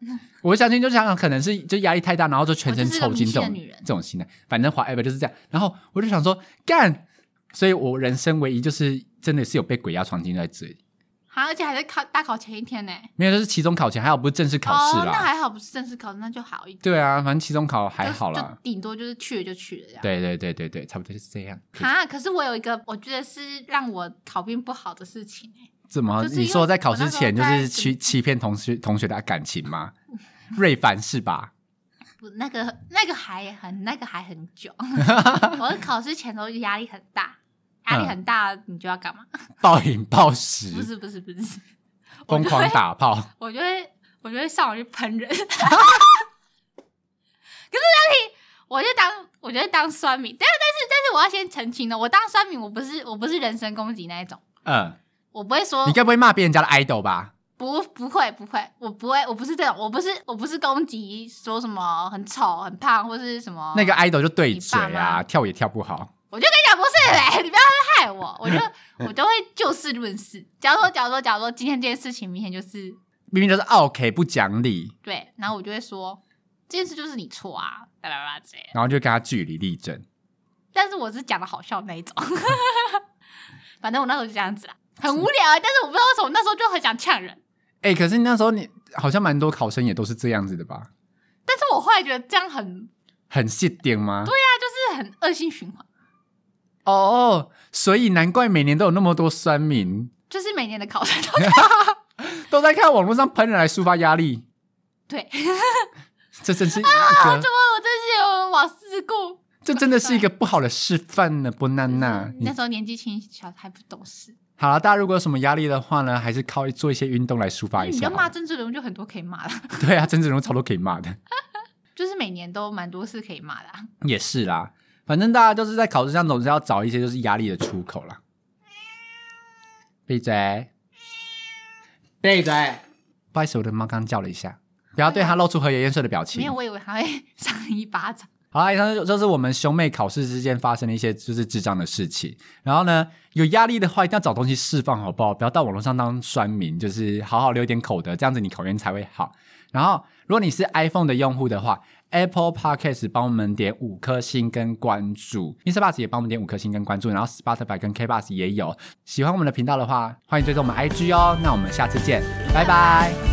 Speaker 2: 我会相信就想想可能是就压力太大，然后就全身抽筋
Speaker 1: 我就是个迷信
Speaker 2: 这种
Speaker 1: 的女人
Speaker 2: 这种心态，反正 whatever 就是这样。然后我就想说干，所以我人生唯一就是真的是有被鬼压床筋在这里，
Speaker 1: 好，而且还在考大考前一天呢。
Speaker 2: 没有就是期中考前，还有不是正式考试
Speaker 1: 哦，
Speaker 2: 啦。
Speaker 1: 那还好，不是正式考，那就好一点。
Speaker 2: 对啊，反正期中考还好
Speaker 1: 就
Speaker 2: 啦
Speaker 1: 就。顶多就是去了就去了这样。
Speaker 2: 对对对对对，差不多就是这样。
Speaker 1: 哈，可是我有一个，我觉得是让我考并不好的事情欸
Speaker 2: 怎么？
Speaker 1: 就是因为
Speaker 2: 你说在考试前就
Speaker 1: 我那时
Speaker 2: 是
Speaker 1: 候在
Speaker 2: 欺欺骗同学同学的感情吗？ 瑞凡是吧？
Speaker 1: 不，那个那个还很那个还很 久。我考试前的时候就压力很大，压
Speaker 2: 嗯
Speaker 1: 力很大，你就要干嘛？
Speaker 2: 暴饮暴食
Speaker 1: 不，是不是不是，我
Speaker 2: 疯
Speaker 1: 就
Speaker 2: 狂
Speaker 1: 会
Speaker 2: 打炮，
Speaker 1: 我就会我就会上网去喷人。可 是那题，我就当我就当酸民，但是但是但是我要先澄清的，哦我当酸民我不是我不是人身攻击那一种，
Speaker 2: 嗯，
Speaker 1: 我不会说
Speaker 2: 你该不会骂别人家的 idol 吧？
Speaker 1: 不，不会，不会，我不会，我不是这种，我不是，我不是攻击说什么很丑、很胖或是什么
Speaker 2: 那个 idol 就对嘴
Speaker 1: 你爸
Speaker 2: 啊，
Speaker 1: 妈
Speaker 2: 跳也跳不好。
Speaker 1: 我就跟你讲不是嘞，你不要害我，我就 我就会就事论事。假如说，假如说，假如说今天这件事情，明天就是
Speaker 2: 明明就是 OK 不讲理，
Speaker 1: 对，然后我就会说这件事就是你错啊，巴拉巴拉之类的。
Speaker 2: 然后就跟他据理力争。
Speaker 1: 但是我是讲的好笑那一 种，反正我那时候就这样子啦，很无聊、啊。但是我不知道为什么那时候就很想呛人，
Speaker 2: 哎、可是那时候你好像蛮多考生也都是这样子的吧？
Speaker 1: 但是我后来觉得这样很，
Speaker 2: 很细点吗？
Speaker 1: 啊
Speaker 2: 对
Speaker 1: 那就是很恶性循环，
Speaker 2: 哦，所以难怪每年都有那么多酸民。
Speaker 1: 就是每年的考试都
Speaker 2: 都在看网络上喷人来抒发压力，
Speaker 1: 对。
Speaker 2: 这真是一个
Speaker 1: 啊怎么我这些有往事故？嗯
Speaker 2: 这真的是一个不好的示范呢，波娜娜。嗯你
Speaker 1: 那时候年纪轻小，还不懂事，
Speaker 2: 好了，大家如果有什么压力的话呢，还是靠做一些运动来抒发一
Speaker 1: 你
Speaker 2: 下
Speaker 1: 要
Speaker 2: 好
Speaker 1: 骂
Speaker 2: 了。
Speaker 1: 政治人物就很多可以骂了，
Speaker 2: 对啊，曾志荣超多可以骂的，
Speaker 1: 就是每年都蛮多事可以骂的、啊。
Speaker 2: 也是啦。反正大家就是在考试上总是要找一些就是压力的出口啦。闭嘴，闭嘴！不好意思，我的猫刚叫了一下，不要对它露出和颜悦色的表情
Speaker 1: 没有，。我以为他会 赏你一巴掌。
Speaker 2: 好啦，以上就就是我们兄妹考试之间发生的一些就是智障的事情。然后呢，有压力的话一定要找东西释放，好不好？不要到网络上当酸民，就是好好留点口德，这样子你考研才会好。然后，如果你是 iPhone 的用户的话，Apple Podcast 帮我们点五颗星跟关注，Mr. Bus 也帮我们点五颗星跟关注，然后 Spotify 跟 K Bus 也有。喜欢我们的频道的话，欢迎追踪我们 IG 哦。那我们下次见，拜拜